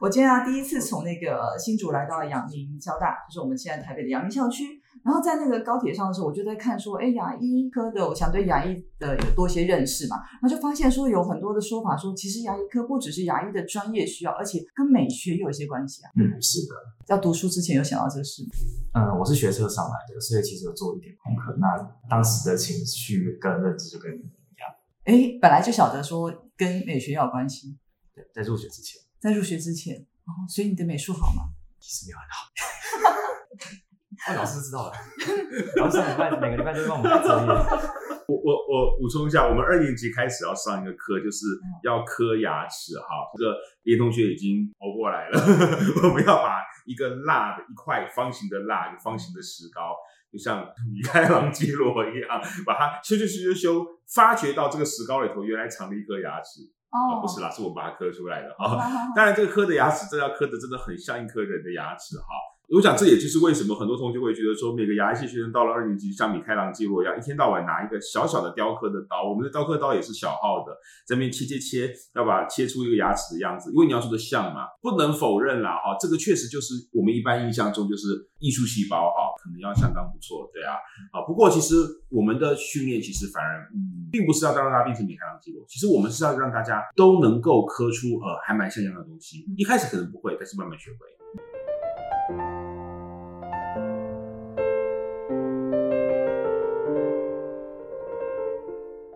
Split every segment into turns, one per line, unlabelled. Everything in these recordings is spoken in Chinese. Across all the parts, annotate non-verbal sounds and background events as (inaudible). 我今天啊第一次从那个新竹来到了阳明交大，就是我们现在台北的阳明校区。然后在那个高铁上的时候，我就在看说，哎，牙医科的，我想对牙医的有多些认识嘛，然后就发现说有很多的说法说，其实牙医科不只是牙医的专业需要，而且跟美学也有一些关系啊。
嗯，是的，
要读书之前有想到这事吗，
嗯，我是学车上来的，所以其实有做一点功课。那当时的情绪跟认知就跟你一样，
哎，本来就晓得说跟美学要有关系，
对，在入学之前
在入学之前，哦，所以你的美术好吗？
其实没有很好。 (laughs) 那老师知道了，老师每个礼拜每个礼拜都帮我们改作业。
我补充一下，我们二年级开始要上一个课，就是要磕牙齿哈。这个连同学已经熬过来了， (laughs) 我们要把一个蜡的一块方形的蜡，一个方形的石膏，就像米开朗基罗一样，把它修修修修修，发掘到这个石膏里头原来藏了一颗牙齿。啊，
哦
不是啦，是我把它磕出来的啊。
好好好
当然，这个磕的牙齿，真的要磕的真的很像一颗人的牙齿哈。我想，这也就是为什么很多同学会觉得说，每个牙医系学生到了二年级，像米开朗基罗一样，一天到晚拿一个小小的雕刻的刀，我们的雕刻刀也是小号的，在那边切切切，要把它切出一个牙齿的样子，因为你要做的像嘛，不能否认啦哈、这个确实就是我们一般印象中就是艺术细胞哈、可能要相当不错，对啊，啊，不过其实我们的训练其实反而嗯，并不是要让大家变成米开朗基罗，其实我们是要让大家都能够刻出呃还蛮像样的东西，
嗯
一开始可能不会，但是慢慢学会。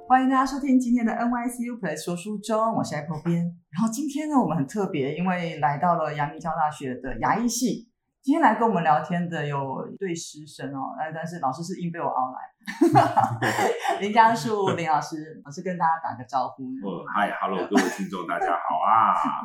欢迎大家收听今天的 NYCU Play 说书中，我是 Apple 编。然后今天呢，我们很特别，因为来到了阳明交大学的牙医系。今天来跟我们聊天的有一对师生哦，呃，但是老师是硬被我熬来。 (laughs) 林家树林老师，老师跟大家打个招呼。
呃，嗨，hello，各位听众，大家好 啊！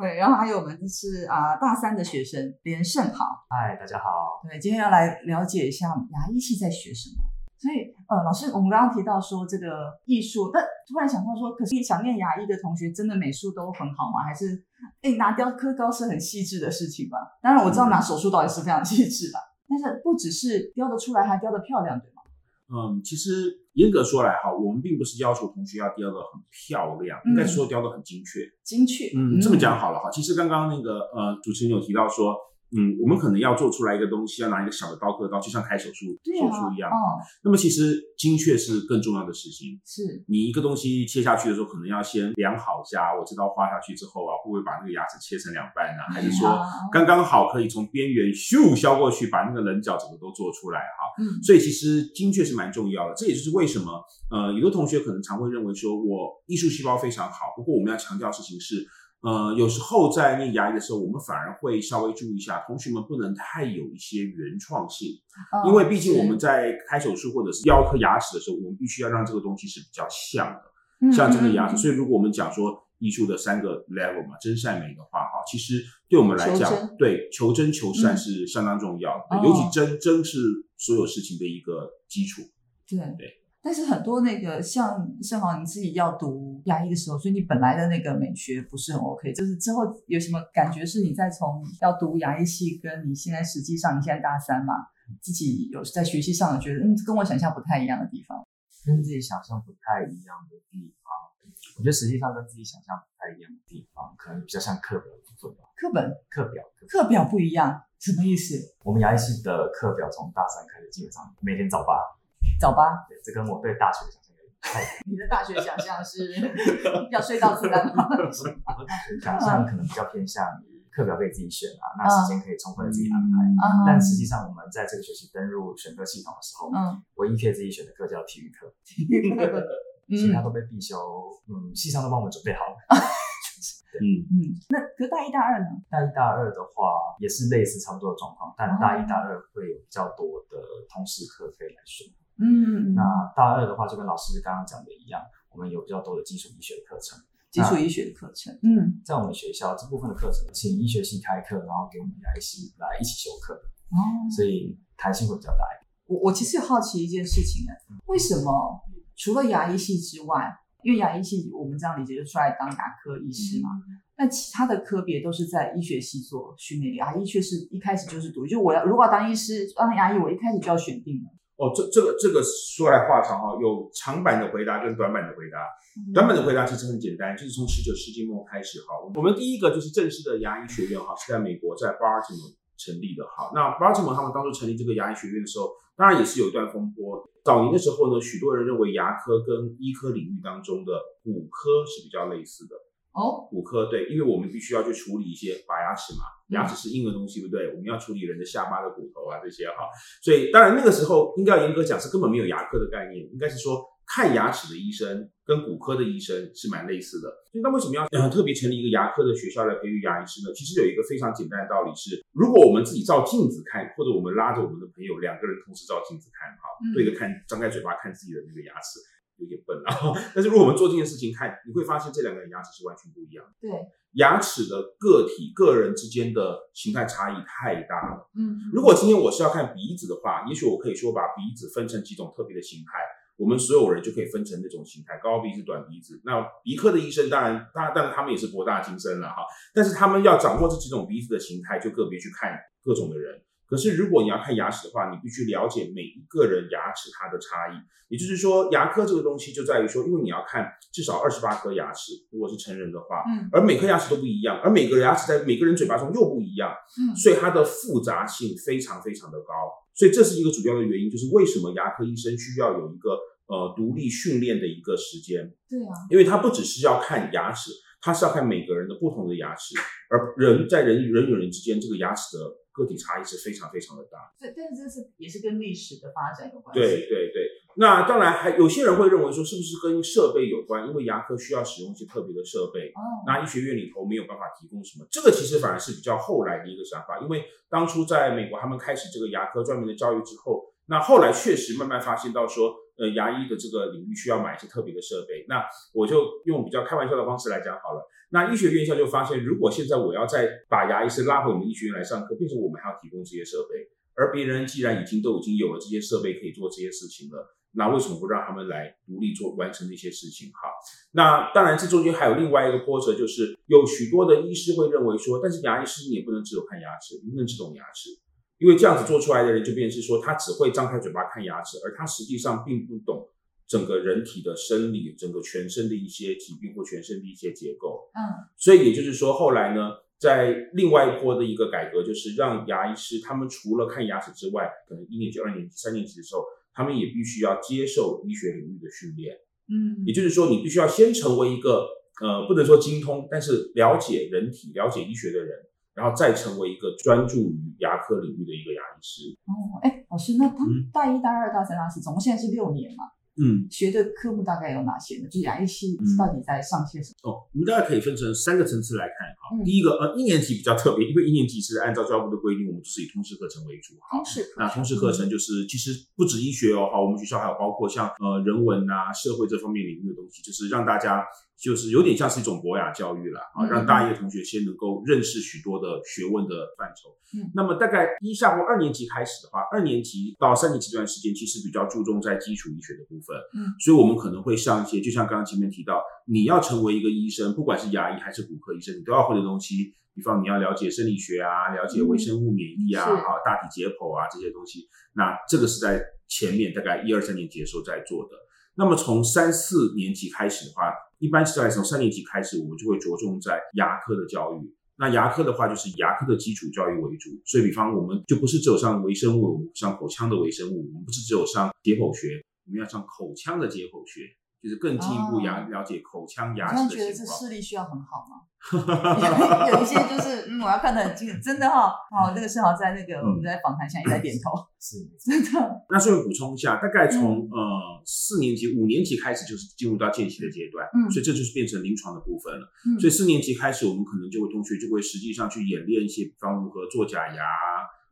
(laughs) 对，然后还有我们是啊、大三的学生连胜豪。
嗨，大家好。
对，今天要来了解一下牙医系在学什么。所以，呃，老师，我们刚刚提到说这个艺术，但突然想到说，可是想念牙医的同学，真的美术都很好吗？还是，哎，拿雕刻刀是很细致的事情吧？当然，我知道
嗯
拿手术刀也是非常细致啦，但是不只是雕得出来，还雕得漂亮，对吗？
嗯，其实严格说来哈，我们并不是要求同学要雕的很漂亮，
嗯
应该说雕的很精确。
精确，
嗯，这么讲好了哈。其实刚刚那个呃主持人有提到说，嗯，我们可能要做出来一个东西，要拿一个小的刀刻刀，就像开手术、
对
手
啊，
术一样。
哦，
那么其实精确是更重要的事情。
是，
你一个东西切下去的时候，可能要先量好一下，我这刀划下去之后啊，会不会把那个牙齿切成两半啊？还是说
啊
刚刚好可以从边缘咻削过去，把那个棱角整个都做出来哈、
嗯，
所以其实精确是蛮重要的，这也就是为什么呃，有的同学可能常会认为说我艺术细胞非常好，不过我们要强调的事情是，呃，有时候在念牙医的时候，我们反而会稍微注意一下，同学们不能太有一些原创性，
嗯
因为毕竟
是
我们在开手术或者是雕刻牙齿的时候，我们必须要让这个东西是比较像的。
嗯
像这个
嗯
牙齿。
嗯
所以如果我们讲说艺术的三个 level 嘛，真善美的话，哈，其实对我们来讲
求真，
对求真求善
嗯
是相当重要的，
哦
对尤其真真是所有事情的一个基础。
对
对
但是很多那个像正好你自己要读牙医的时候，所以你本来的那个美学不是很 OK，就是之后有什么感觉是你在从要读牙医系，跟你现在实际上你现在大三嘛，自己有在学习上有觉得嗯跟我想象不太一样的地方，
跟自己想象不太一样的地方，我觉得实际上跟自己想象不太一样的地方，可能比较像课表的部分吧。
课本
课表，课表。
课表不一样，什么意思？
我们牙医系的课表从大三开始，基本上每天早八。
早吧，
对，这跟我对大学的想象有点不太一样。
你的大学想象是
(laughs)
要睡到自然啊吗？ (laughs)
我的大学想象可能比较偏向于课表可以自己选
嗯
啊，那时间可以充分的自己安排。
啊
但实际上，我们在这个学期登入选课系统的时候，
嗯，
唯一可以自己选的课叫体育课，其他
嗯
都被必修，嗯，系上都帮我们准备好了。 (laughs)
嗯，
嗯，那可大一大二呢？
大一大二的话也是类似差不多的状况，但大
嗯
一大二会有比较多的通识课可以来选。
嗯，
那大二的话，就跟老师刚刚讲的一样，我们有比较多的基础医学课程。
基础医学的课程，嗯，
在我们学校这部分的课程，请医学系开课，然后给我们牙医系来一起修课，
哦，
所以弹性会比较大一点。
我我其实有好奇一件事情哎，为什么除了牙医系之外，因为牙医系我们这样理解就出来当牙科医师嘛，那其他的科别都是在医学系做训练，牙医却是一开始就是读，就我要如果要当医师当牙医，我一开始就要选定了，
哦，这这个这个说来话长哈，有长版的回答跟短版的回答。
嗯
短版的回答其实很简单，就是从十九世纪末开始哈，我们第一个就是正式的牙医学院哈，是在美国在 Baltimore 成立的哈。那 Baltimore 他们当初成立这个牙医学院的时候，当然也是有一段风波。早年的时候呢，许多人认为牙科跟医科领域当中的骨科是比较类似的。
哦，
骨科对，因为我们必须要去处理一些拔牙齿嘛，牙齿是硬的东西，对不对？我们要处理人的下巴的骨头啊这些哈，所以当然那个时候应该要严格讲是根本没有牙科的概念，应该是说看牙齿的医生跟骨科的医生是蛮类似的。所以那为什么要呃特别成立一个牙科的学校来培育牙医师呢？其实有一个非常简单的道理是，如果我们自己照镜子看，或者我们拉着我们的朋友两个人同时照镜子看哈，
嗯
对着看张开嘴巴看自己的那个牙齿。有点笨啊， (laughs) 但是如果我们做这件事情看，你会发现这两个人牙齿是完全不一样的。
对，
牙齿的个体、个人之间的形态差异太大了。
嗯，
如果今天我是要看鼻子的话，也许我可以说把鼻子分成几种特别的形态，我们所有人就可以分成那种形态，高鼻子、短鼻子。那鼻科的医生当然，当然，当然他们也是博大精深了哈，但是他们要掌握这几种鼻子的形态，就个别去看各种的人。可是如果你要看牙齿的话，你必须了解每一个人牙齿它的差异。也就是说，牙科这个东西就在于说，因为你要看至少二十八颗牙齿，如果是成人的话，
嗯
而每颗牙齿都不一样，而每个牙齿在每个人嘴巴中又不一样。
嗯
所以它的复杂性非常非常的高。所以这是一个主要的原因，就是为什么牙科医生需要有一个呃独立训练的一个时间，
对啊，
因为他不只是要看牙齿，他是要看每个人的不同的牙齿，而人在人与人与人之间这个牙齿的个体差异是非常非常的大。
这但是这是也是跟历史的发展有关系。
对对对，那当然还有些人会认为说是不是跟设备有关，因为牙科需要使用一些特别的设备，
哦，
那医学院里头没有办法提供什么，这个其实反而是比较后来的一个想法，因为当初在美国他们开始这个牙科专门的教育之后，那后来确实慢慢发现到说，呃，牙医的这个领域需要买一些特别的设备。那我就用比较开玩笑的方式来讲好了。那医学院校就发现，如果现在我要再把牙医师拉回我们医学院来上课，变成我们还要提供这些设备，而别人既然已经都已经有了这些设备可以做这些事情了。那为什么不让他们来独立做完成这些事情？哈，那当然，这中间还有另外一个波折，就是有许多的医师会认为说，但是牙医师你也不能只有看牙齿，你不能只懂牙齿，因为这样子做出来的人就变成是说，他只会张开嘴巴看牙齿，而他实际上并不懂整个人体的生理、整个全身的一些疾病或全身的一些结构。
嗯
所以也就是说，后来呢，在另外一波的一个改革，就是让牙医师他们除了看牙齿之外，可能一年级、二年级、三年级的时候，他们也必须要接受医学领域的训练。
嗯，
也就是说，你必须要先成为一个呃，不能说精通，但是了解人体、了解医学的人，然后再成为一个专注于牙科领域的一个牙医师。
哦，哎，老师，那他
嗯
大一、大二、大三、大四，总共现在是六年嘛？
嗯，
学的科目大概有哪些呢？就是牙医系
嗯
到底在上些什么？
哦，我们大概可以分成三个层次来看哈。
嗯
第一个，呃，一年级比较特别，因为一年级是按照教育部的规定，我们就是以通识课程为主哈。
通识
那通识课程就是其实不止医学哦，哈，我们学校还有包括像呃人文啊、社会这方面领域的东西，就是让大家就是有点像是一种博雅教育啦，啊，
嗯
让大一的同学先能够认识许多的学问的范畴。
嗯
那么大概一下或二年级开始的话，二年级到三年级这段时间，其实比较注重在基础医学的部分。
嗯，
所以我们可能会上一些，就像刚刚前面提到，你要成为一个医生，不管是牙医还是骨科医生，你都要会的东西。比方你要了解生理学啊，了解微生物免疫啊，
嗯是
啊大体解剖啊这些东西。那这个是在前面大概一二三年级的时候在做的。那么从三四年级开始的话，一般是在从三年级开始，我们就会着重在牙科的教育。那牙科的话，就是以牙科的基础教育为主，所以比方我们就不是只有上微生物，我们上口腔的微生物，我们不是只有上解剖学，我们要上口腔的解剖学，就是更进一步牙、
哦
了解口腔
你
牙
这样
齿
觉得
的
这
形状。
视力需要很好吗？
(laughs)
有有一些就是，嗯，我要看得很清，真的哈、哦。那个世豪在那个、
嗯
我们在访谈下一直在
(laughs)
点头，
是
真的，
那顺便补充一下，大概从、
嗯
呃四年级、五年级开始就是进入到见习的阶段，
嗯
所以这就是变成临床的部分了。
嗯
所以四年级开始，我们可能就会同学就会实际上去演练一些，比方如何做假牙。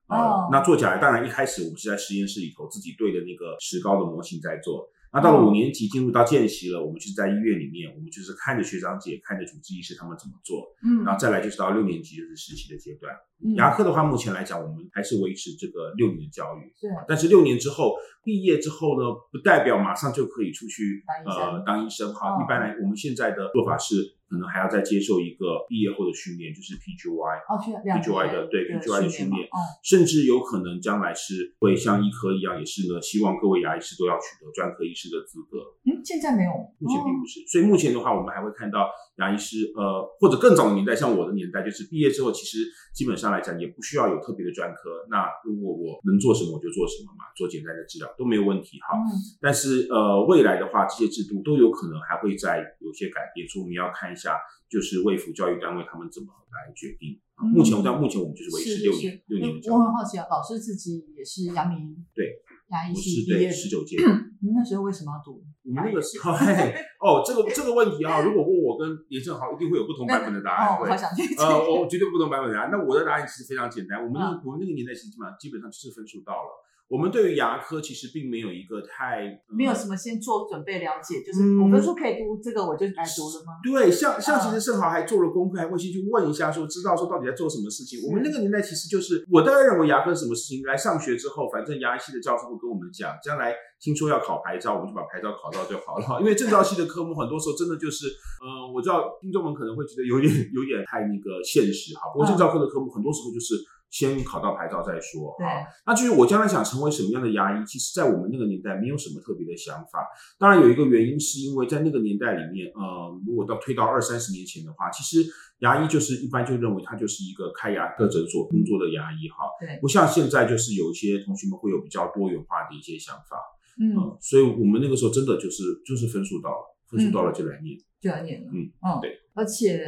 呃，
哦
那做假牙当然一开始我们是在实验室里头自己对着那个石膏的模型在做。那到了
哦
五年级进入到见习了，我们就是在医院里面，我们就是看着学长姐、看着主治医师他们怎么做。
嗯
然后再来就是到六年级就是实习的阶段。
嗯
牙科的话，目前来讲我们还是维持这个六年的教育。
对，
但是六年之后毕业之后呢，不代表马上就可以出去
当医生
呃当医生哈。
嗯
一般来，我们现在的做法是，可能还要再接受一个毕业后的训练，就是 PGY。
哦，去两
PGY 的对 PGY 的训
嘛
练
哦，
甚至有可能将来是会像医科一样，也是呢，希望各位牙医师都要取得专科医师的资格。
嗯，现在没有，
目前
哦
并不是。所以目前的话，我们还会看到牙医师，呃，或者更早的年代，像我的年代，就是毕业之后，其实基本上来讲也不需要有特别的专科。那如果我能做什么，我就做什么嘛，做简单的治疗都没有问题哈。
嗯，
但是呃，未来的话，这些制度都有可能还会再有些改变，所以我们要看一下，就是卫福教育单位他们怎么来决定。啊
嗯
目前，但目前我们就是维
是
持
是
六
是
年六年的教
我
育
很，好奇啊，老师自己也是阳明
对
牙医
我
系
是
毕业
对
的，
十九届。
您那时候为什么要读？
我们那个时候，嘿
(laughs)
嘿哦，这个这个问题啊，如果问我跟连胜豪，一定会有不同版本的答案。
哦，我
对
好想听
(laughs)
这
呃，
个。
我绝对不同版本的答案。那我的答案其实非常简单，我
嗯
们那个、我们那个年代其实基本上基本上就是分数到了。我们对于牙科其实并没有一个太、呃
没有什么先做准备了解，就是
嗯
我分数可以读这个，我就来读了吗？
对，像像其实盛豪还做了功课，还会先去问一下说，知道说到底在做什么事情。我们那个年代其实就是，我大概认为牙科是什么事情，来上学之后，反正牙医系的教授会跟我们讲，将来听说要考牌照，我们就把牌照考到就好了。 (laughs) 因为证照系的科目很多时候真的就是，呃，我知道听众们可能会觉得有点有点太那个现实哈，不过证照科的科目很多时候就是。先考到牌照再说
对，啊
哈，那至于我将来想成为什么样的牙医，其实在我们那个年代没有什么特别的想法。当然有一个原因，是因为在那个年代里面，呃，如果到推到二三十年前的话，其实牙医就是一般就认为他就是一个开牙科诊所工作的牙医哈，
对，
不像现在就是有一些同学们会有比较多元化的一些想法，
嗯，
嗯，所以我们那个时候真的就是就是分数到了，分
嗯
数到了就来念，
就要念了，
嗯
嗯，
对。
而且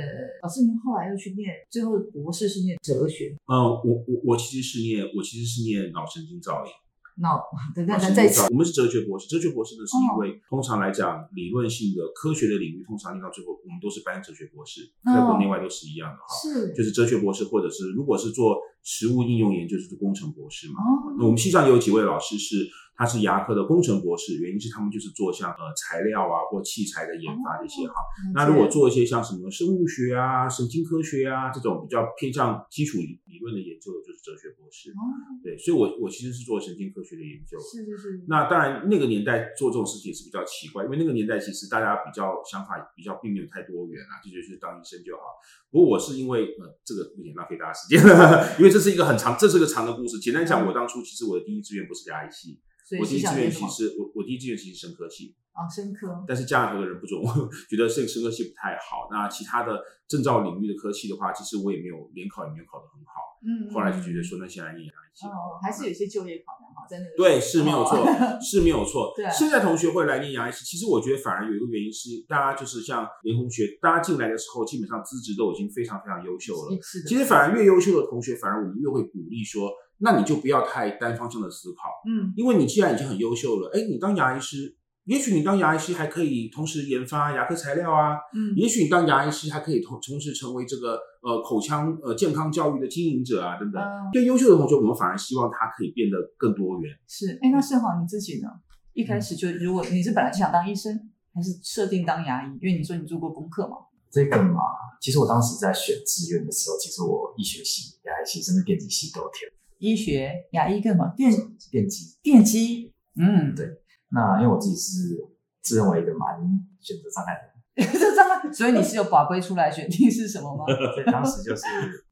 老师您后来又去念，最后博士是念哲学，
嗯，我我我其实是念我其实是念脑神经造影。
那等等
老师
等在一起哦
知道哦我们是哲学博士，哲学博士呢是因为、通常来讲，理论性的科学的领域，通常念到最后，我们都是班哲学博士，
哦
在国内外都是一样的哈。
是
就是哲学博士，或者是如果是做实物应用研究，就是工程博士嘛。
哦，
那我们系上也有几位老师是，他是牙科的工程博士，原因是他们就是做像呃材料啊或器材的研发这些哈。
哦
那如果做一些像什么生物学啊、神经科学啊这种比较偏向基础理理论的研究的，就是哲学博士。
哦，
对，所以我我其实是做神经科学的研究。
是是是，
那当然，那个年代做这种事情也是比较奇怪，因为那个年代其实大家比较想法比较并没有太多元啊，就觉得去当医生就好。不过我是因为呃，这个有点浪费大家时间， (laughs) 因为这是一个很长，这是个长的故事。简单讲，我当初其实我的第一志愿不是牙医系，
所以
我
是
第一
想
志
念
愿
什
其
么？
实我我第一志愿其实是生科系，
啊，深科，
但是家长和人不准，我 (laughs) 觉得这个生科系不太好。那其他的证照领域的科系的话，其实我也没有联考也没有考得很好，
嗯，
后来就觉得
嗯
说那现在念牙医系。
哦，还是有一些就业考量哈，在那个
对，是没有
哦
错，
(laughs)
是没有错。
对啊
现在同学会来念牙医系，其实我觉得反而有一个原因是，大家就是像连同学，大家进来的时候基本上资质都已经非常非常优秀了。
是的
其实反而越优秀的同学，反而我们越会鼓励说，那你就不要太单方向的思考，
嗯，
因为你既然已经很优秀了，哎，你当牙医师，也许你当牙医师还可以同时研发牙科材料啊，
嗯
也许你当牙医师还可以同同时成为这个呃口腔呃健康教育的经营者啊等等。
嗯
对优秀的同学，我们反而希望他可以变得更多元。
是，哎，那盛华你自己呢？一
嗯
开始就，如果你是本来就想当医生，还是设定当牙医？因为你说你做过功课嘛，
这个嘛，其实我当时在选志愿的时候，其实我医学系、牙医系甚至电机系都填，
医学、牙医干嘛？电
电机
电机，嗯，
对那因为我自己是自认为一个蛮选择障碍
(laughs)
的
这障碍。所以你是有法规出来选定是什么 (laughs) 吗？
人，所以当时就是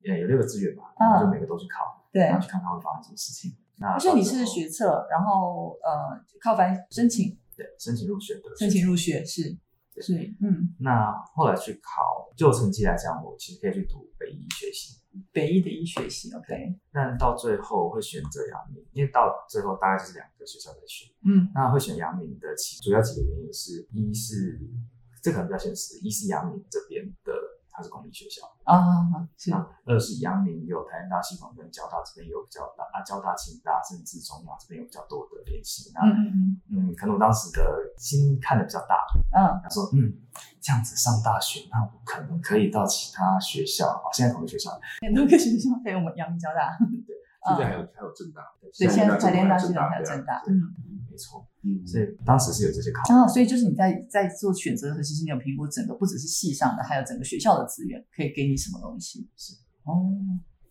呃有六个志愿嘛，
嗯
然后就每个都去考，
对
然，后去看看会发生什么事情。那
而且你
到最
是
后
学测，然后呃，靠反申请
对申请入学的
申请入学是
对
是，嗯，
那后来去考，就成绩来讲，我其实可以去读北医学系，
北医的医学系，OK，
但到最后会选择阳明，因为到最后大概就是两个学校在选。
嗯
那会选阳明的其主要几个原因是，一是这可能比较现实，一是阳明这边的它是公立学校，
啊是
那二是阳明有台大系统跟交大这边有比较大，啊交大、清大甚至中大这边有比较多的联系。
嗯
那
嗯
嗯，可能我当时的心看的比较大，
嗯嗯
他说，嗯，这样子上大学，那我可能可以到其他学校，哦，现在同一个学校，，
很多个学校被我们阳明交大，
现在
嗯
还有、还有正大，
对，现在台
台
联大系统
还
还有正大，
对啊
嗯。
没错，
嗯，
所以当时是有这些考虑。
啊，所以就是你在在做选择的时候，其实你有评估整个不只是系上的，还有整个学校的资源可以给你什么东西。
是
哦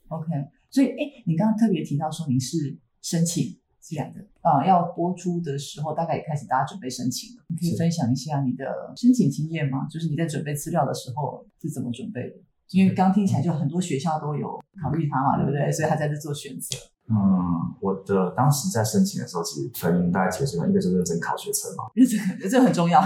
，OK。所以，哎，你刚刚特别提到说你是申请自然的。呃，要播出的时候，大概也开始大家准备申请了。你可以
是
分享一下你的申请经验吗？就是你在准备资料的时候是怎么准备的？因为刚听起来就很多学校都有考虑它嘛，对不对？所以他在这做选择。 (laughs)
嗯，我的当时在申请的时候，其实分大概铁分，一个就是认真考学测嘛，
因为这个这个很重要。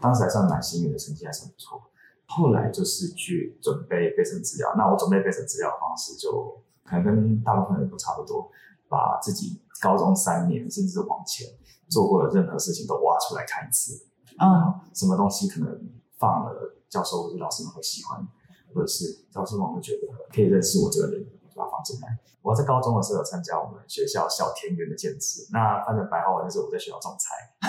当时还算蛮幸运的，成绩还算不错。后来就是去准备备审资料，那我准备备审资料的方式就可能跟大部分人都差不多，把自己高中三年甚至是往前做过的任何事情都挖出来看一次，
嗯，
啊，什么东西可能放了教授或者老师们会喜欢，或者是教授们会觉得可以认识我这个人，把它放进来。我在高中的时候有参加我们学校小田园的建制，那翻成白话文就是我在学校种菜。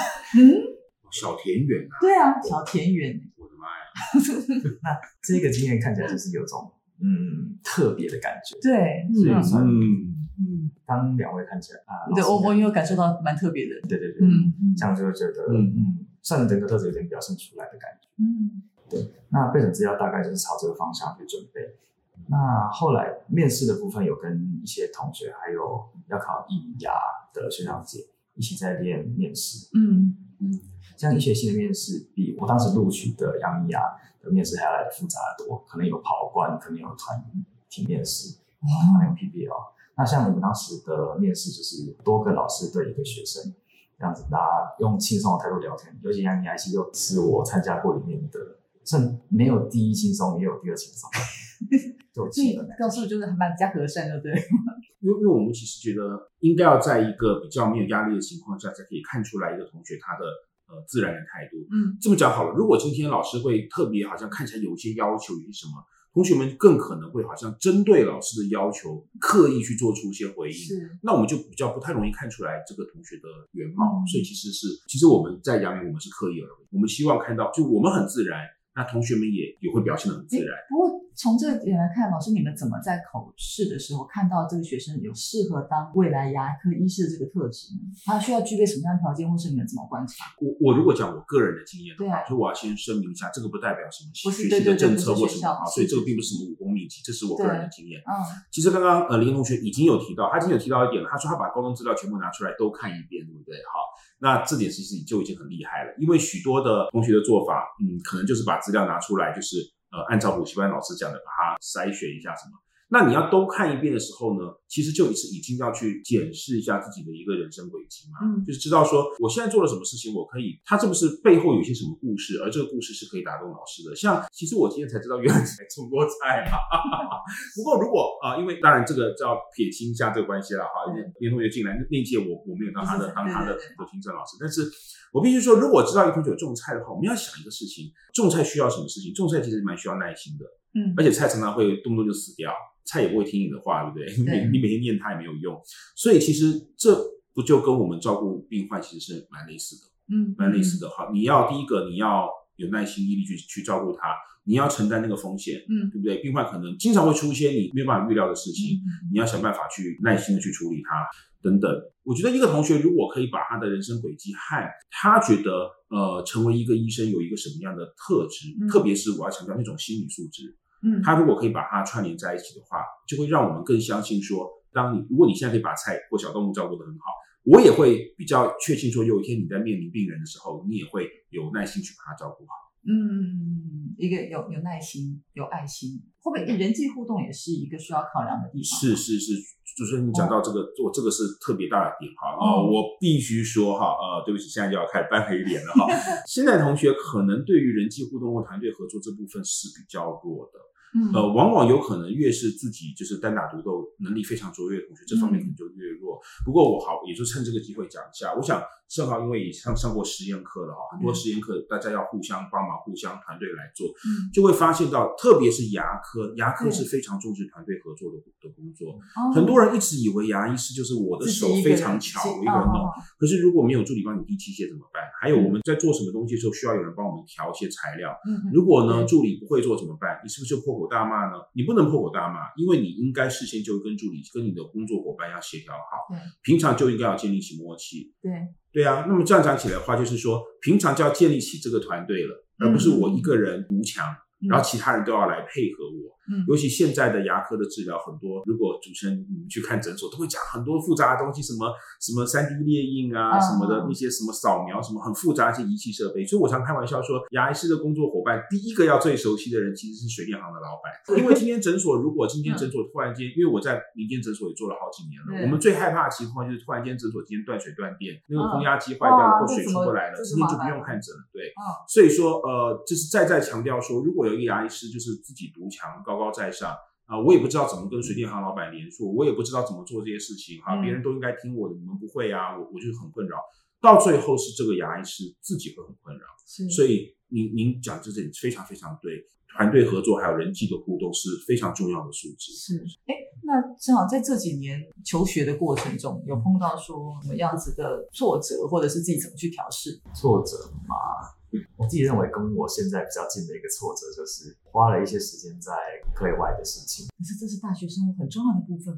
小田园啊，
嗯对啊，小田园。
我的妈呀！
这个经验看起来就是有种嗯特别的感觉。
对，
是
嗯
嗯
嗯，
当两位看起来啊，
对
老师
我我也有感受到蛮特别的。
对对对，
嗯
这样就会觉得
嗯
嗯，算人格特质有点表现出来的感觉。
嗯
那备审资料大概就是朝这个方向去准备。那后来面试的部分有跟一些同学，还有要考医牙的学长姐一起在练面试。
嗯
像医学系的面试，比我当时录取的央医牙的面试还要来的复杂得多，可能有跑关，可能有团体面试，还有 PBL。那哦像我们当时的面试，就是多个老师对一个学生，这样子大家用轻松的态度聊天。尤其像你 I C 又是我参加过里面的，甚没有第一轻松，也有第二轻松，就有
所
气
以
氛的。
告诉就是还蛮加和善，就对。
因为因为我们其实觉得应该要在一个比较没有压力的情况下，才可以看出来一个同学他的呃自然的态度。
嗯，
这么讲好了，如果今天老师会特别好像看起来有一些要求，有些什么，同学们更可能会好像针对老师的要求刻意去做出一些回应。
是，
那我们就比较不太容易看出来这个同学的原貌，
嗯
所以其实是，其实我们在养语我们是刻意而为，我们希望看到，就我们很自然，那同学们也也会表现得很自然。
不过从这个点来看，老师你们怎么在口试的时候看到这个学生有适合当未来牙科医师的这个特质呢？他需要具备什么样的条件，或是你们怎么观察？
我我如果讲我个人的经验的
对啊
话，所以我要先声明一下，这个不代表什么
不是
学
对
习
对对
的政
不是
策
学
或什
校
么啊，
是
所以这
是
个并不是什么武功秘籍，这是我个
对
人的经验。
嗯，
其实刚刚呃林同学已经有提到，他已经有提到一点了，他说他把高中资料全部拿出来都看一遍，对不对？好，那这点其实就已经很厉害了，因为许多的同学的做法，嗯，可能就是把资料拿出来，就是呃按照补习班老师讲的把它筛选一下什么。那你要都看一遍的时候呢，其实就是已经要去检视一下自己的一个人生轨迹嘛，
嗯
就是知道说我现在做了什么事情，我可以，它是不是背后有些什么故事，而这个故事是可以打动老师的。像其实我今天才知道，原来你还种过菜嘛。 (laughs) 不过如果啊、呃因为当然这个要撇清一下这个关系了哈，
嗯
连同学进来那那届我我没有当他的当他的
对对
的评审老师，但是我必须说，如果知道一同学有种菜的话，我们要想一个事情，种菜需要什么事情？种菜其实蛮需要耐心的，
嗯
而且菜常常会动不动就死掉，菜也不会听你的话，对不对？你每
对
你每天念它也没有用，所以其实这不就跟我们照顾病患其实是蛮类似的。
嗯，
蛮类似的哈。你要第一个，你要有耐心、毅力去去照顾他，你要承担那个风险，
嗯
对不对？病患可能经常会出一些你没有办法预料的事情，
嗯，
你要想办法去耐心的去处理它等等。我觉得一个同学如果可以把他的人生轨迹和他觉得呃成为一个医生有一个什么样的特质，
嗯
特别是我要强调那种心理素质，
嗯，
他如果可以把它串联在一起的话，就会让我们更相信说，当你如果你现在可以把菜或小动物照顾得很好，我也会比较确信说，有一天你在面临病人的时候，你也会有耐心去把它照顾好。
嗯，一个有有耐心、有爱心，会不会人际互动也是一个需要考量的地方？
是是是，主持人你讲到这个，我、这个是特别大的点哈啊、
嗯
我必须说哈呃，对不起，现在就要开始 (laughs) 扮黑脸了哈。现在同学可能对于人际互动或团队合作这部分是比较弱的，
嗯，
呃，往往有可能越是自己就是单打独斗能力非常卓越的同学，这方
嗯
面可能就越弱。不过我好也就趁这个机会讲一下，我想正好因为也上上过实验课了哈，很多
嗯
实验课大家要互相帮忙、互相团队来做，
嗯
就会发现到，特别是牙科，牙科
对
是非常重视团队合作的的工作。
嗯哦
很多人一直以为牙医师就是我的
自己
手
一个
非
人
常
去
巧，我一个人
哦
弄。可是如果没有助理帮你递器械怎么办？还有我们在做什么东西的时候，需要有人帮我们调一些材料。
嗯嗯
如果呢
对
助理不会做怎么办？你是不是就破口大骂呢？你不能破口大骂，因为你应该事先就跟助理、跟你的工作伙伴要协调好
对，
平常就应该要建立起默契。
对，
对啊，那么这样讲起来的话，就是说平常就要建立起这个团队了，而不是我一个人独强，
嗯
然后其他人都要来配合我。
嗯
尤其现在的牙科的治疗，很多如果主持人你们去看诊所，都会讲很多复杂的东西，什么什么三 D 列印啊，
嗯
什么的那些什么扫描，什么很复杂的一些仪器设备。所以我常开玩笑说，牙医师的工作伙伴，第一个要最熟悉的人其实是水电行的老
(laughs)
板，因为今天诊所如果今天诊所突然间，因为我在民间诊所也做了好几年了，
嗯对
我们最害怕的情况就是突然间诊所今天断水断电，那
嗯
个空压机坏掉了
哇
或
这
水
怎
出
么
不来了，
这是
今天就
麻
不
烦
用
了
看诊了。对，
嗯
所以说，呃，就是再再强调说，如果有一个牙医师就是自己独强、高高在上啊、我也不知道怎么跟水电行老板联络，我也不知道怎么做这些事情哈、
嗯
别人都应该听我的，你们不会啊，我我就很困扰。到最后是这个牙医师自己会很困扰，
是
所以您您讲这点非常非常对，团队合作还有人际的互动是非常重要的素质。
是，哎，那正好在这几年求学的过程中，有碰到说什么样子的挫折，或者是自己怎么去调试？
挫折嘛，我自己认为跟我现在比较近的一个挫折，就是花了一些时间在课业外的事情。
可是这是大学生活很重要的部分。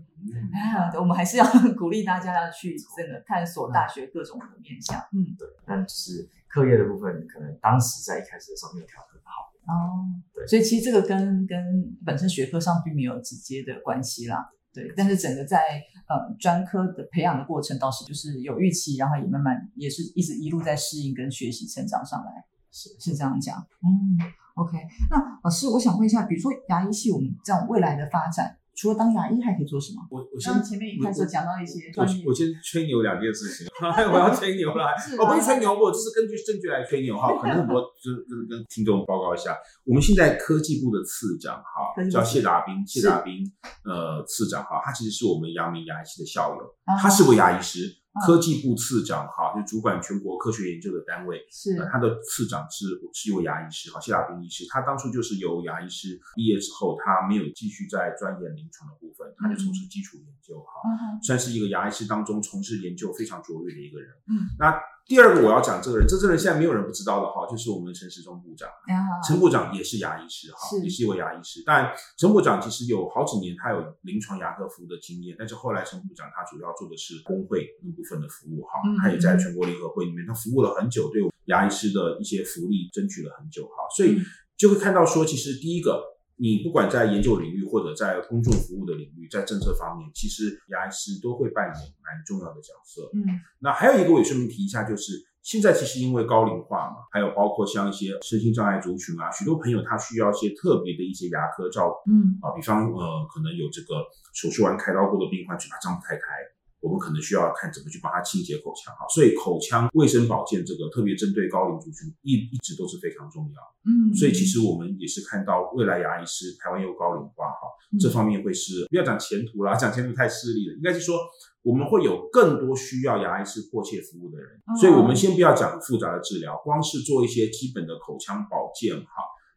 哎，(laughs)
嗯
我们还是要鼓励大家要去这个探索大学各种的面向。嗯，
但就是课业的部分，可能当时在一开始的时候没有调整好。
哦，
对
所以其实这个跟跟本身学科上并没有直接的关系啦。对，但是整个在呃专科的培养的过程，倒是就是有预期，然后也慢慢也是一直一路在适应跟学习成长上来，是是这样讲。嗯，OK。那老师，我想问一下，比如说牙医系，我们这样未来的发展，除了当牙医，还可以做什么？
我我先
刚刚前面一开始有讲到一些
我
专业
我先吹牛两件事情， (laughs) 哎我
(laughs)
要吹牛啦
是！啊
我不是吹牛，我就是根据证据来吹牛哈。可能
(laughs)
很多就是跟跟听众报告一下，我们现在科技部的次长
科
哈
技，部
叫谢达斌，谢
是
达斌呃次长哈，他其实是我们阳明牙医系的校友，
啊
他是位牙医师
啊，
科技部次长哈，就主管全国科学研究的单位。
是
呃，他的次长是是一位牙医师哈，谢亚斌医师，他当初就是由牙医师毕业之后，他没有继续在钻研临床的部分，他就从事基础研究哈，
啊
算是一个牙医师当中从事研究非常卓越的一个人。
嗯，
那第二个我要讲这个人，这这个人现在没有人不知道的哈，就是我们陈时中部长。
啊
陈部长也是牙医师哈
是，
也是一位牙医师。但陈部长其实有好几年他有临床牙科服务的经验，但是后来陈部长他主要做的是工会那部分的服务哈
嗯，
他也在全国联合会里面，他服务了很久，对牙医师的一些福利争取了很久哈，所以
嗯
就会看到说，其实第一个。你不管在研究领域或者在公众服务的领域，在政策方面，其实牙医师都会扮演蛮重要的角色。
嗯
那还有一个我也顺便提一下，就是现在其实因为高龄化嘛，还有包括像一些身心障碍族群啊，许多朋友他需要一些特别的一些牙科照顾
嗯
啊，比方呃，可能有这个手术完开刀过的病患嘴巴张不开开，我们可能需要看怎么去帮他清洁口腔哈、啊所以口腔卫生保健这个特别针对高龄族群一一直都是非常重要。
嗯，
所以其实我们也是看到未来牙医师台湾又高龄化哈，
嗯
这方面会是不要讲前途啦，讲前途太势利了，应该是说我们会有更多需要牙医师迫切服务的人，
哦
所以我们先不要讲复杂的治疗，光是做一些基本的口腔保健哈。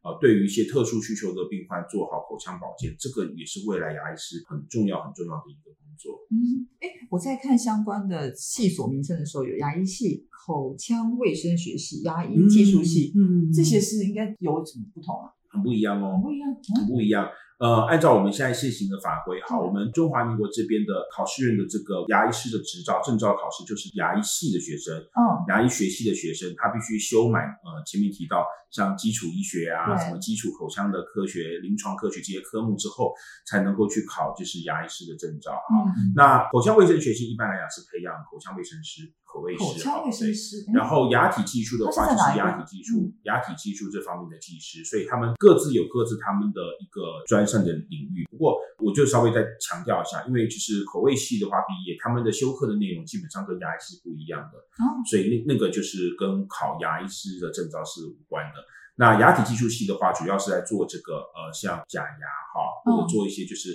呃，对于一些特殊需求的病患做好口腔保健，这个也是未来牙医师很重要、很重要的一个工作。
嗯，哎，我在看相关的系所名称的时候，有牙医系、口腔卫生学系、牙医技术系，
嗯
这些是应该有什么不同啊？
很不一样哦。
不一样，嗯
不一样。呃，按照我们现在现行的法规，好，
嗯
我们中华民国这边的考试院的这个牙医师的执照证照考试，就是牙医系的学生，
嗯
牙医学系的学生，他必须修满呃前面提到像基础医学啊，
对
什么基础口腔的科学、临床科学这些科目之后，才能够去考就是牙医师的证照啊。
嗯，
那口腔卫生学系一般来讲是培养口腔卫生师、口卫师，
口腔卫
对
生师，
然后牙体技术的话，
它是
就
在哪
是
一个
牙体技术、牙体技术这方面的技师，所以他们各自有各自他们的一个专项的领域。不过，我就稍微再强调一下，因为就是口味系的话，毕业他们的修课的内容基本上跟牙医是不一样的，
哦
所以那那个就是跟考牙医师的证照是无关的。那牙体技术系的话，主要是在做这个呃，像假牙哈，或者
嗯
做一些就是，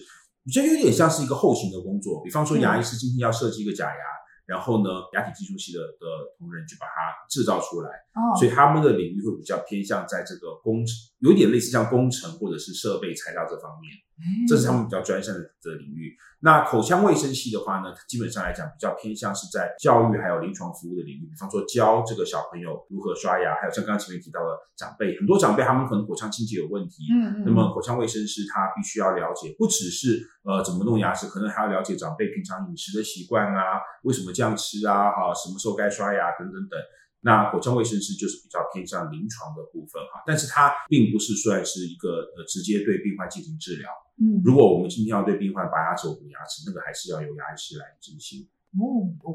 我觉得有点像是一个后勤的工作。比方说，
嗯
牙医师今天要设计一个假牙，然后呢，牙体技术系的的同仁就把它制造出来，
哦，
所以他们的领域会比较偏向在这个工程，有点类似像工程或者是设备材料这方面，
哎
这是他们比较专项的的领域。那口腔卫生系的话呢，基本上来讲比较偏向是在教育还有临床服务的领域，比方说教这个小朋友如何刷牙，还有像刚刚前面提到的长辈，很多长辈他们可能口腔清洁有问题，
嗯嗯，
那么口腔卫生师他必须要了解，不只是呃怎么弄牙齿，可能还要了解长辈平常饮食的习惯啊，为什么这样吃啊，哈、什么时候该刷牙等等等。那口腔卫生师就是比较偏向临床的部分哈，但是它并不是算是一个呃直接对病患进行治疗。
嗯，
如果我们今天要对病患拔牙齿或补牙齿，那个还是要由牙医师来执行。
哦，
(laughs)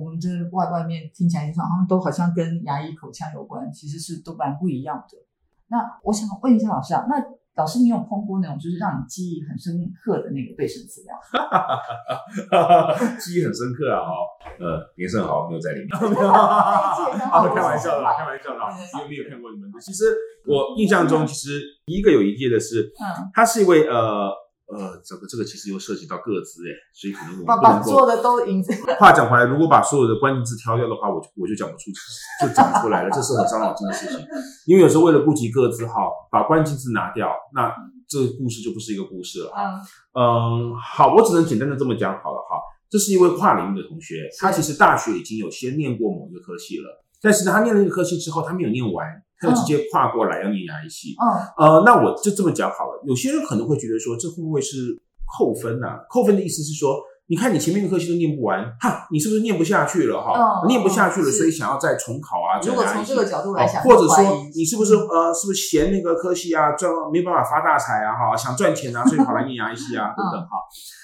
我们这外外面听起来就好像都好像跟牙医口腔有关，其实是都蛮不一样的。那我想问一下老师啊，那老师你有碰过那种就是让你记忆很深刻的那个对生资
(laughs)
料？
记忆很深刻啊，哦，呃，连胜豪 (laughs) 没有在里面，啊
一届刚好
开玩笑的 (laughs) 啦，开玩笑的啦，因为没有看过你们的。其实我印象中，其实第一个有一届的是，
嗯，
他是一位呃呃，这个这个其实又涉及到个资哎，所以可能我
把
们不
把
能
做
够。
的都赢。
话讲回来，如果把所有的关键字挑掉的话，我就我就讲不出，就讲不出来了，这是很伤脑筋的事情。因为有时候为了顾及个资哈，把关键字拿掉，那这个故事就不是一个故事了。
嗯
嗯，好，我只能简单的这么讲好了哈。这是一位跨领域的同学，他其实大学已经有先念过某一个科系了，但是呢，他念了一个科系之后，他没有念完，他就直接跨过来要念牙医系。
嗯，
呃，那我就这么讲好了。有些人可能会觉得说，这会不会是扣分呐、扣分的意思是说，你看你前面的科系都念不完，哈，你是不是念不下去了哈？
嗯
念不下去了，
是
所以想要再重考啊？
如果
转
从
牙医
这
系
个角度来
哦
想，
或者
怀
说
疑嗯
你是不是呃，是不是嫌那个科系啊赚没办法发大财啊哈，想赚钱啊，所以跑来念牙
(laughs)
医系啊等
嗯
等哈。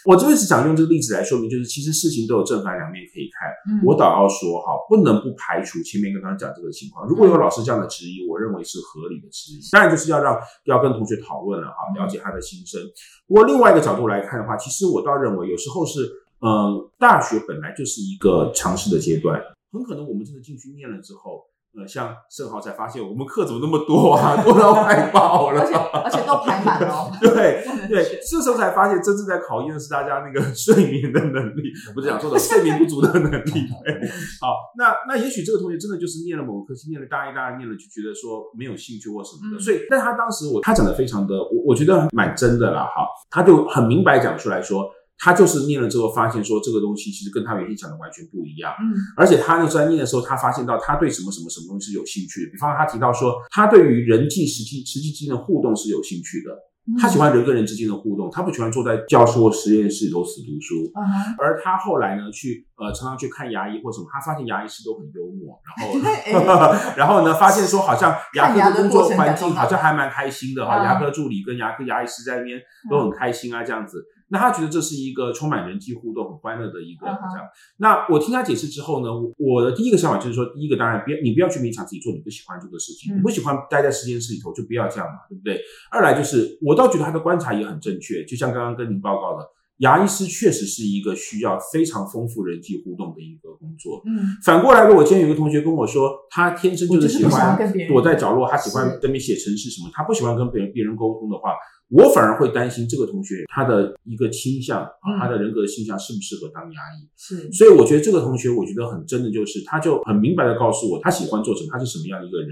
我这边只想用这个例子来说明，就是其实事情都有正反两面可以看。
嗯
我倒要说哈，不能不排除前面跟刚刚讲这个情况。如果
嗯
有老师这样的质疑，我认为是合理的质疑，当然就是要让要跟同学讨论了哈，
嗯
了解他的心声。不过另外一个角度来看的话，其实我倒认为有时候是，嗯、大学本来就是一个尝试的阶段，很可能我们真的进去念了之后。呃，像盛豪才发现我们课怎么那么多
(laughs)
啊，多到快爆了，
而。且而且都排满了哦
(laughs) 对
不能选
对，这时候才发现真正在考验的是大家那个睡眠的能力，不是讲说的睡眠不足的能力。对好，那那也许这个同学真的就是念了某个科系，念了大一、大二，念了就觉得说没有兴趣或什么的，
嗯
所以，但他当时我他讲的非常的，我我觉得蛮真的啦哈，他就很明白讲出来说，他就是念了之后发现说这个东西其实跟他原先想的完全不一样。
嗯
而且他呢在念的时候，他发现到他对什么什么什么东西是有兴趣的，比方说他提到说，他对于人际实际实际之间的互动是有兴趣的，
嗯
他喜欢人跟人之间的互动，他不喜欢坐在教室或实验室里头死读书。
嗯哼，
而他后来呢，去呃常常去看牙医或什么，他发现牙医师都很幽默，然后
哎
然后呢， (laughs) 发现说好像牙科的工作
看牙的过程
环境
当中
好像还蛮开心的哈，
嗯
牙科助理跟牙科牙医师在那边都很开心啊，这样子。那他觉得这是一个充满人际互动、很欢乐的一个
嗯
这样。那我听他解释之后呢，我我的第一个想法就是说，第一个当然不要你不要去勉强自己做你不喜欢做的事情，
嗯
你不喜欢待在实验室里头就不要这样嘛，对不对？二来就是我倒觉得他的观察也很正确，就像刚刚跟您报告的，牙医师确实是一个需要非常丰富人际互动的一个工作。
嗯，
反过来，如果今天有一个同学跟我说，他天生就是
我就是
喜
不想
欢
要跟别人
躲在角落，他喜欢
是
在那边写程式什么，他不喜欢跟别人别人沟通的话，我反而会担心这个同学他的一个倾向，啊
嗯
他的人格倾向适不适合当牙医。
是
所以我觉得这个同学，我觉得很真的就是，他就很明白的告诉我他喜欢做什么，他是什么样的一个人。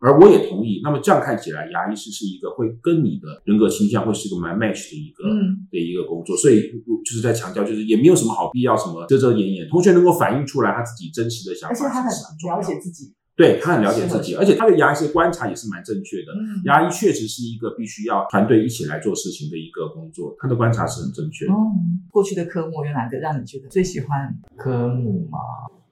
而我也同意，那么这样看起来，牙医师是一个会跟你的人格倾向会是个蛮 match 的一个、
嗯
的一个工作，所以就是在强调，就是也没有什么好必要什么遮遮掩掩，同学能够反映出来他自己真实的想法，
而且他很
其实是重要
了
的
解，自己，
对他很了解自己，
是
而且他对牙医的观察也是蛮正确的。
嗯，
牙医确实是一个必须要团队一起来做事情的一个工作，他的观察是很正确的。
哦，过去的科目有哪个让你觉得最喜欢？
科目嘛，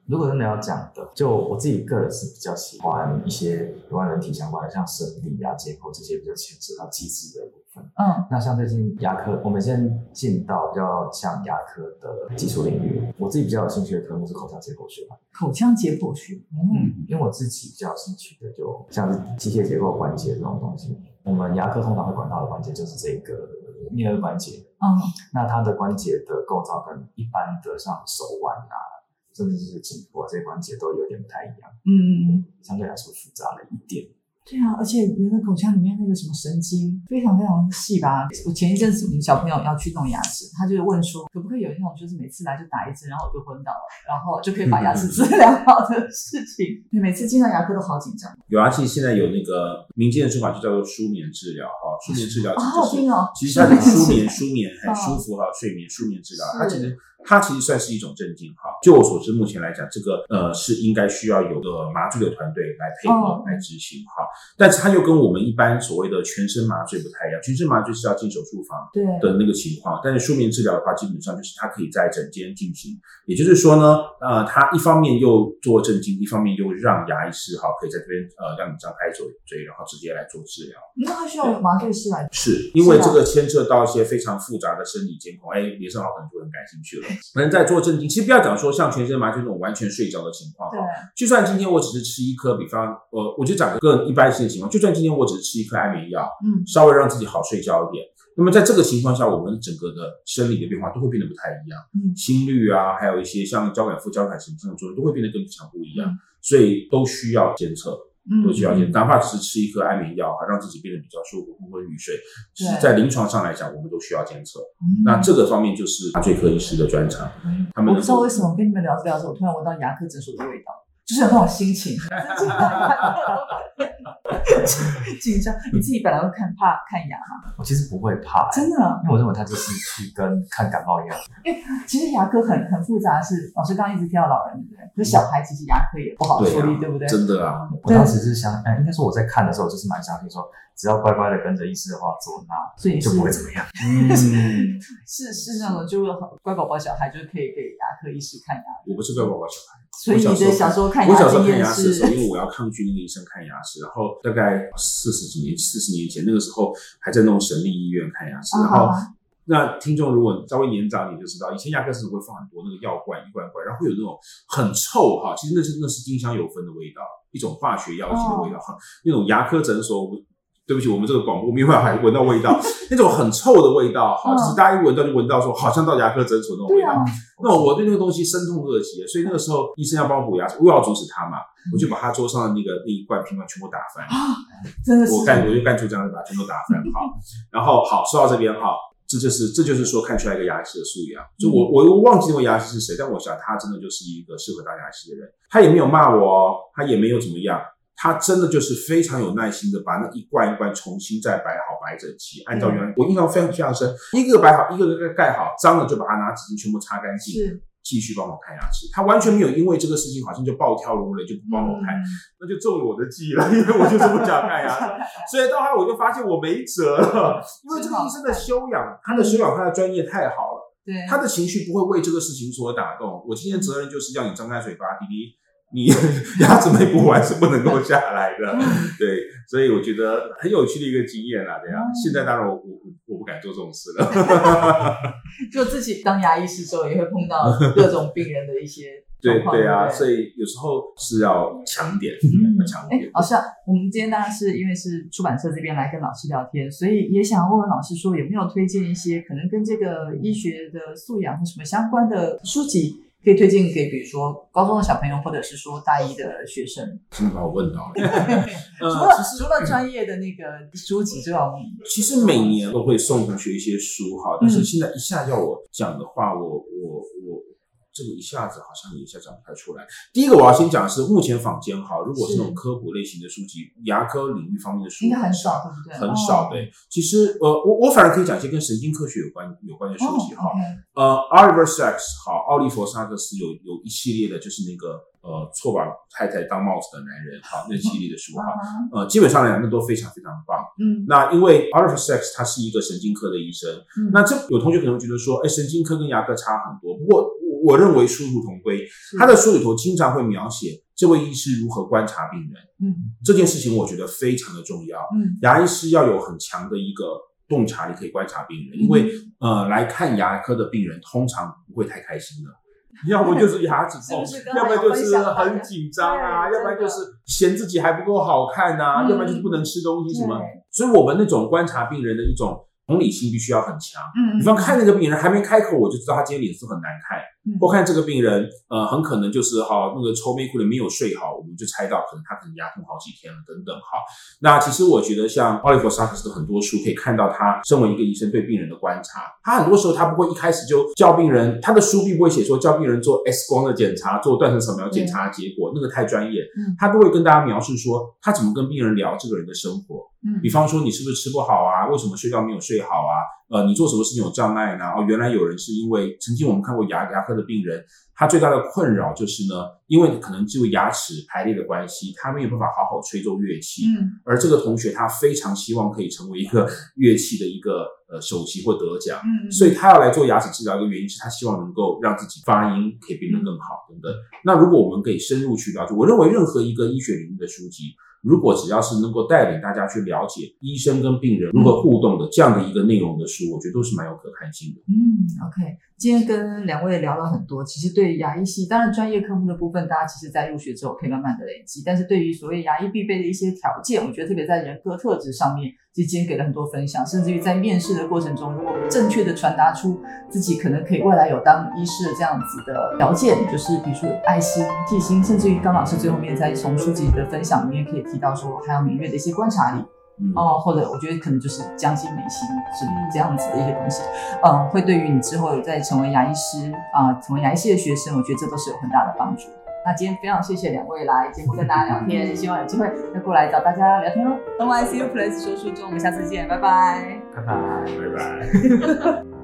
如果真的要讲的，就我自己个人是比较喜欢一些有关人体相关的，像生理啊、结构这些比较牵涉到机制的部分。
嗯
那像最近牙科，我们先进到比较像牙科的技术领域。我自己比较有兴趣的科目是口腔结构学嘛，
口腔解剖学，嗯
嗯，因为我自己比较有兴趣的就像是机械结构关节这种东西。我们牙科通常会管到的关节就是这个颞颌关节，
嗯
那它的关节的构造跟一般的像手腕啊，甚至是颈部啊这些关节都有点不太一样，
嗯，
相对来说复杂了一点。
对啊，而且人的口腔里面那个什么神经非常非常细吧。我前一阵子我们小朋友要去弄牙齿，他就问说，可不可以有那种就是每次来就打一针，然后我就昏倒了，然后就可以把牙齿治疗好的事情。对每次进到牙科都好紧张，
有牙器现在有那个民间的说法，就叫做舒眠治疗哈，舒眠治
好
疗其实
好
就是
听哦。
其实它是舒眠，舒眠很
哦
舒服哈，睡眠舒眠治疗，
是
它其实它其实算是一种镇静哈。就我所知，目前来讲，这个呃是应该需要有个麻醉的团队来配合
哦
来执行哈。但是它又跟我们一般所谓的全身麻醉不太一样，全身麻醉是要进手术房
对，
的那个情况，但是舒眠治疗的话，基本上就是它可以在诊间进行，也就是说呢，呃，它一方面又做镇静，一方面又让牙医师哈可以在这边呃让你张开嘴嘴，然后直接来做治疗。
那他需要有麻醉师来
是因为这个牵涉到一些非常复杂的生理监控，哎，连胜豪可能就很感兴趣了。可能在做镇静，其实不要讲说像全身麻醉那种完全睡着的情况
对
哈，就算今天我只是吃一颗，比方呃，我就讲个更一般性的情况，就算今天我只是吃一颗安眠药，
嗯
稍微让自己好睡觉一点。那么在这个情况下，我们整个的生理的变化都会变得不太一样，
嗯
心率啊，还有一些像交感副交感神经的作用都会变得跟平常不一样，
嗯
所以都需要监测，
嗯
都需要监，哪怕只是吃一颗安眠药，让自己变得比较舒服，昏昏欲睡，是
对
在临床上来讲，我们都需要监测。
嗯
那这个方面就是麻醉科医师的专长，他们
我
能
不知道
够
为什么跟你们聊着聊着，我突然闻到牙科诊所的味道，就是有那种心情，紧张。你自己本来会看怕看牙吗？
我其实不会怕、
真的，
因为我认为它就是去跟看感冒一样，
其实牙科很很复杂的是，老师刚刚一直提到老人，对不对？可是小孩其实牙科也不好
对
处
啊
理，对不对？嗯
真的啊，
我当时是相，呃，应该说我在看的时候就是蛮相信说，只要乖乖的跟着医师的话做，那
所以
就是不会怎么样。
(laughs)
嗯，
是是那种就是很乖宝宝小孩，就是可以给牙科医师看牙。
我不是乖宝宝小孩。
所以你的小时候看
我
牙
小时候
经
看
验
牙齿的时候，因
是，
为我要抗拒那个医生看牙齿，然后大概四十几年、四十年前，那个时候还在那种省立医院看牙齿，
啊
然后。那听众如果稍微年长一点就知道，以前牙科诊所会放很多那个药罐一罐一罐，然后会有那种很臭哈，其实那是那是丁香油分的味道，一种化学药剂的味道
哦
哈、那种牙科诊所，我们对不起，我们这个广播没办法闻到味道， (laughs) 那种很臭的味道
嗯
哈，就是大家一闻到就闻到说好像到牙科诊所那种
对
味道
啊，，
那我对那个东西深痛恶疾，所以那个时候医生要帮我补牙齿，我要阻止他嘛，我就把他桌上的那个那一罐瓶罐全部打翻，
真的啊是
我干我就干出这样的，把它全部打翻。好，然后好说到这边哈，这就是这就是说看出来一个牙医师的素养。就
嗯
我我我忘记那个牙医师是谁，但我想他真的就是一个适合当牙医师的人，他也没有骂我哦，他也没有怎么样。他真的就是非常有耐心的把那一罐一罐重新再摆好、摆整齐，按照原
嗯
来我印象非常非常深，一个个摆好，一个个盖好，脏了就把它拿纸巾全部擦干净，
是
继续帮我看牙齿，他完全没有因为这个事情好像就暴跳如雷就不帮我看，
嗯
那就中了我的计了，因为我就是不想
(laughs)
看牙齿，所以到后来我就发现我没
嗯
辙了，因为这个医生的修养，他的修养，他的专业太好了，
对，
他的情绪不会为这个事情所打动。我今天责任就是要你张开嘴巴，弟弟， (laughs) 你牙齿没补完是不能够下来
嗯
的，对，所以我觉得很有趣的一个经验啦，对啊
嗯，
现在当然我我我我不敢做这种事
(laughs)
了。
就自己当牙医师之后，也会碰
(laughs)
到各种病人的一些
对对啊，
所以
所以有时候是要强点，
嗯
要强
哎
点，。
老师啊，我们今天当然是因为是出版社这边来跟老师聊天，所以也想问问老师说有没有推荐一些可能跟这个医学的素养或什么相关的书籍，可以推荐给比如说高中的小朋友，或者是说大一的学生。
真的把我问到了。
除
呃
了，除了专业的那个书籍之外，我们
其实每年都会送同学一些书哈，但
嗯
是现在一下要我讲的话，我我我这个一下子好像也一下讲不太出来。第一个我要先讲的是，目前坊间哈，如果是那种
是
科普类型的书籍，牙科领域方面的书
应该很少，，对不对？
很少。对，其实呃，我我反而可以讲一些跟神经科学有关有关的书
哦
籍哈。
，OK，
呃，Oliver Sacks 好，奥利弗·萨克斯有有一系列的，就是那个呃，错把太太当帽子的男人，好，那系列的
(laughs)
书
啊
哈，呃，基本上来讲，那都非常非常棒。
嗯，
那因为 Oliver Sacks 他是一个神经科的医生，
嗯
那这有同学可能会觉得说，哎，神经科跟牙科差很多，不过我我认为殊途同归。他的书里头经常会描写这位医师如何观察病人
嗯
这件事情，我觉得非常的重要。
嗯
牙医师要有很强的一个洞察力，可以观察病人，
嗯
因为呃，来看牙科的病人通常不会太开心的，要不就是牙齿
(laughs)
痛，
是不是刚才
要不然就
有
是
分享
很
到
紧张啊，
对
要不然
真
就
的
是嫌自己还不够好看啊，
嗯
要不然就是不能吃东西什么
对。
所以我们那种观察病人的一种同理心必须要很强。
嗯，
比方看那个病人还没开口，我就知道他今天脸色很难看。
嗯
或看这个病人，呃，很可能就是哈、那个愁眉苦脸没有睡好，我们就猜到可能他可能牙痛好几天了等等哈。那其实我觉得像奥利弗·萨克斯的很多书可以看到他身为一个医生对病人的观察，他很多时候他不会一开始就叫病人，他的书并不会写说叫病人做 X 光的检查，做断层扫描检查结果，那个太专业
嗯，
他都会跟大家描述说他怎么跟病人聊这个人的生活，
嗯
比方说你是不是吃不好啊？为什么睡觉没有睡好啊？呃，你做什么事情有障碍呢？哦，原来有人是因为曾经我们看过牙牙科的病人，他最大的困扰就是呢，因为可能就牙齿排列的关系，他没有办法好好吹奏乐器。
嗯，
而这个同学他非常希望可以成为一个乐器的一个呃首席或得奖，
嗯，
所
以
以他要来做牙齿治疗，一个原因是他希望能够让自己发音可以变得更好等等。那如果我们可以深入去了解，我认为任何一个医学领域的书籍，如果只要是能够带领大家去了解医生跟病人如何互动的这样的一个内容的书，我觉得都是蛮有可看性的。
嗯，OK，今天跟两位聊了很多，其实对牙医系，当然专业科目的部分，大家其实在入学之后可以慢慢的累积，但是对于所谓牙医必备的一些条件，我觉得特别在人格特质上面，其实今天给了很多分享，甚至于在面试的过程中，如果正确的传达出自己可能可以未来有当医师的这样子的条件，就是比如说爱心、细心，甚至于刚老师最后面在从书籍的分享里面可以提到说，还有敏锐的一些观察力。
嗯，
哦，或者我觉得可能就是将心比心，是这样子的一些东西，嗯，会对于你之后有在成为牙医师啊、成为牙医系的学生，我觉得这都是有很大的帮助。那今天非常谢谢两位来节目跟大家聊天，希望有机会再过来找大家聊天哦
啊
喽。东 ICU Plus 说书中，我们下次见，拜拜。
拜拜。
拜拜。